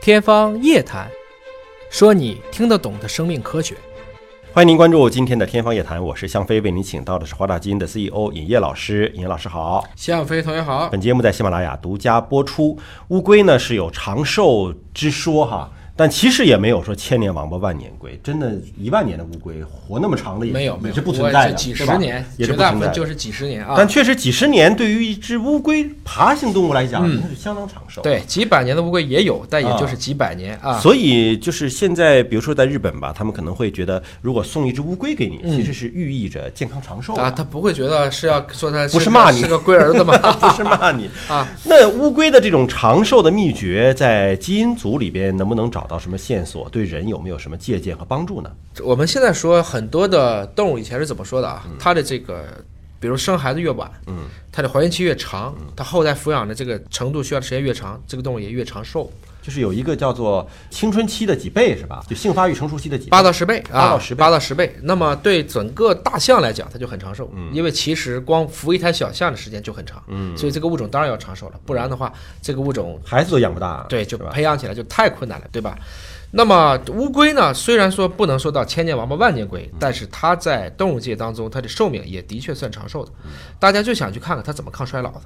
天方夜谭，说你听得懂的生命科学。欢迎您关注今天的《天方夜谭》，我是向飞，为您请到的是华大基因的 CEO 尹烨老师。尹烨老师好，向飞同学好。本节目在喜马拉雅独家播出。乌龟呢是有长寿之说哈，但其实也没有说千年王八万年龟，真的，一万年的乌龟活那么长的也没有，没也有，是不存在我的，这几对十吧年，也是绝不大存部在分的。就是几十年啊。但确实，几十年对于一只乌龟爬行动物来讲，那是相当长寿。嗯对，几百年的乌龟也有，但也就是啊几百年啊。所以就是现在，比如说在日本吧，他们可能会觉得，如果送一只乌龟给你，其实是寓意着健康长寿嗯的啊，他不会觉得是要说他不是是骂个你是个龟儿子吗？ 不是骂你啊。那乌龟的这种长寿的秘诀，在基因组里边能不能找到什么线索？对人有没有什么借鉴和帮助呢？我们现在说很多的动物以前是怎么说的啊？嗯它的这个，比如生孩子越晚，嗯，它的怀孕期越长，嗯它后代抚养的这个程度需要的时间越长，这个动物也越长寿，就是有一个叫做青春期的几倍是吧？就性发育成熟期的几倍八到十倍啊，八到十倍八到十倍。那么对整个大象来讲，它就很长寿，嗯因为其实光扶一台小象的时间就很长，嗯，所以这个物种当然要长寿了，不然的话，这个物种孩子都养不大，对，就是啊吧？培养起来就太困难了，对吧？那么乌龟呢，虽然说不能说到千年王八万年嗯龟，但是它在动物界当中，它的寿命也的确算长寿的。嗯大家就想去看看它怎么抗衰老的。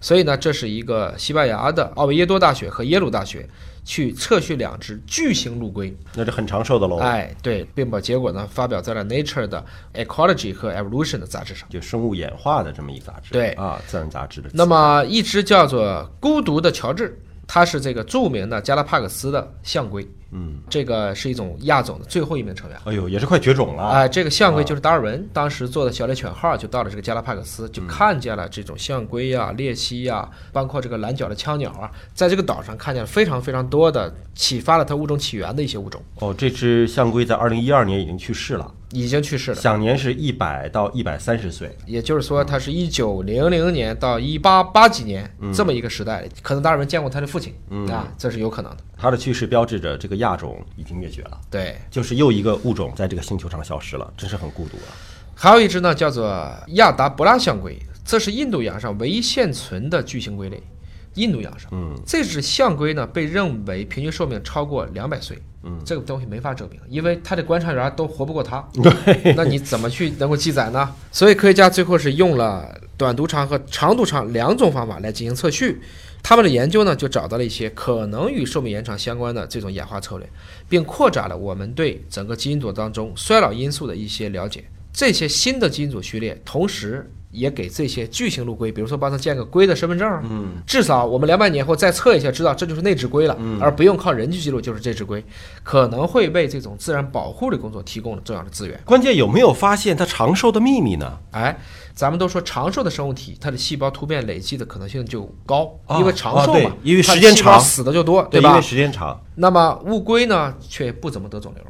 所以呢，这是一个西班牙的奥维耶多大学和耶鲁大学去测序两只巨型陆龟，那就很长寿的喽。哎，对，并把结果呢发表在了《Nature》的《Ecology》和《Evolution》的杂志上。就生物演化的这么一个杂志，对啊，自然杂志的。那么一只叫做孤独的乔治，它是这个著名的加拉帕戈斯的象龟，嗯，这个是一种亚种的最后一名成员。哎呦，也是快绝种了啊、这个象龟就是达尔文、当时坐的小猎犬号就到了这个加拉帕戈斯，就看见了这种象龟呀、鬣蜥呀、包括这个蓝角的枪鸟啊，在这个岛上看见了非常非常多的启发了它物种起源的一些物种，哦，这只象龟在二零一二年已经去世了，已经去世了。享年是一百到一百三十岁。也就是说，它是一九零零年到一八八几年、这么一个时代，可能达尔文见过他的父亲、啊，这是有可能的。它的去世标志着这个亚种已经灭绝了，对，就是又一个物种在这个星球上消失了，真是很孤独啊。还有一只呢，叫做亚达伯拉象龟，这是印度洋上唯一现存的巨型龟类。印度洋上，嗯，这只象龟呢被认为平均寿命超过两百岁，嗯，这个东西没法证明，因为它的观察员都活不过 它，那你怎么去能够记载呢？所以科学家最后是用了短读长和长读长两种方法来进行测序，他们的研究呢就找到了一些可能与寿命延长相关的这种演化策略，并扩展了我们对整个基因组当中衰老因素的一些了解。这些新的基因组序列，同时也给这些巨型陆龟，比如说帮它建个龟的身份证，嗯，至少我们两百年后再测一下，知道这就是那只龟了，嗯而不用靠人去记录，就是这只龟，可能会为这种自然保护的工作提供了重要的资源。关键有没有发现它长寿的秘密呢？哎，咱们都说长寿的生物体，它的细胞突变累积的可能性就高，啊因为长寿啊对嘛，因为它时间细胞长死的就多，对因为吧？时间长，那么乌龟呢，却不怎么得肿瘤。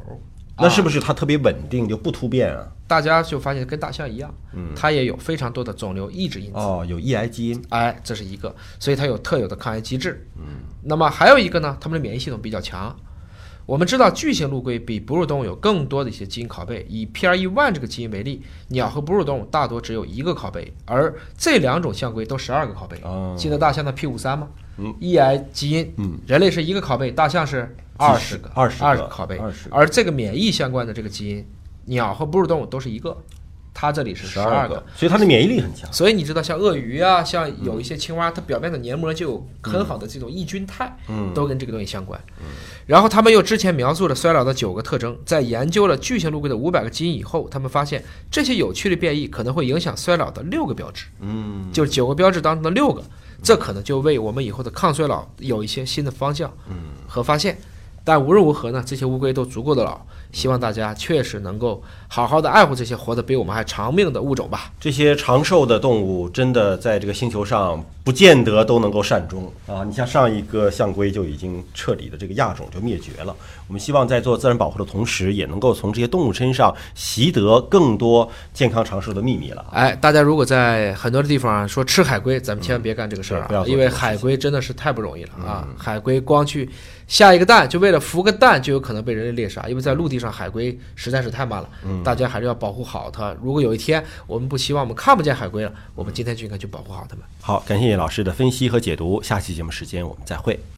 那是不是它特别稳定就不突变啊？大家就发现跟大象一样，它也有非常多的肿瘤抑制因子。哦，有抑癌基因，哎，这是一个，所以它有特有的抗癌机制。嗯，那么还有一个呢，它们的免疫系统比较强。我们知道，巨型陆龟比哺乳动物有更多的一些基因拷贝。以 PRE1 这个基因为例，鸟和哺乳动物大多只有一个拷贝，而这两种象龟都十二个拷贝。哦记得大象的 P 5 3吗？嗯，抑癌基因。嗯，人类是一个拷贝，大象是二十个， 20个二十拷贝。 20而这个免疫相关的这个基因，鸟和哺乳动物都是一个，它这里是十12个。，所以它的免疫力很强。所以你知道，像鳄鱼啊，像有一些青蛙，它表面的黏膜就有很好的这种抑菌肽，嗯，都跟这个东西相关。然后他们又之前描述了衰老的九个特征，在研究了巨型陆龟的五百个基因以后，他们发现这些有趣的变异可能会影响衰老的六个标志，嗯，就是九个标志当中的六个，这可能就为我们以后的抗衰老有一些新的方向，嗯，和发现。但无论如何呢，这些乌龟都足够的老，希望大家确实能够好好的爱护这些活得比我们还长命的物种吧。这些长寿的动物真的在这个星球上，不见得都能够善终啊！你像上一个象龟就已经彻底的这个亚种就灭绝了。我们希望在做自然保护的同时，也能够从这些动物身上习得更多健康长寿的秘密了。啊哎，大家如果在很多的地方说吃海龟，咱们千万别干这个事儿嗯对不要啊，做因为海龟真的是太不容易了啊！嗯海龟光去下一个蛋，就为了孵个蛋，就有可能被人类猎杀，因为在陆地上海龟实在是太慢了，嗯大家还是要保护好它。如果有一天我们不希望我们看不见海龟了，我们今天就应该去保护好它们。好，感谢叶老师的分析和解读，下期节目时间我们再会。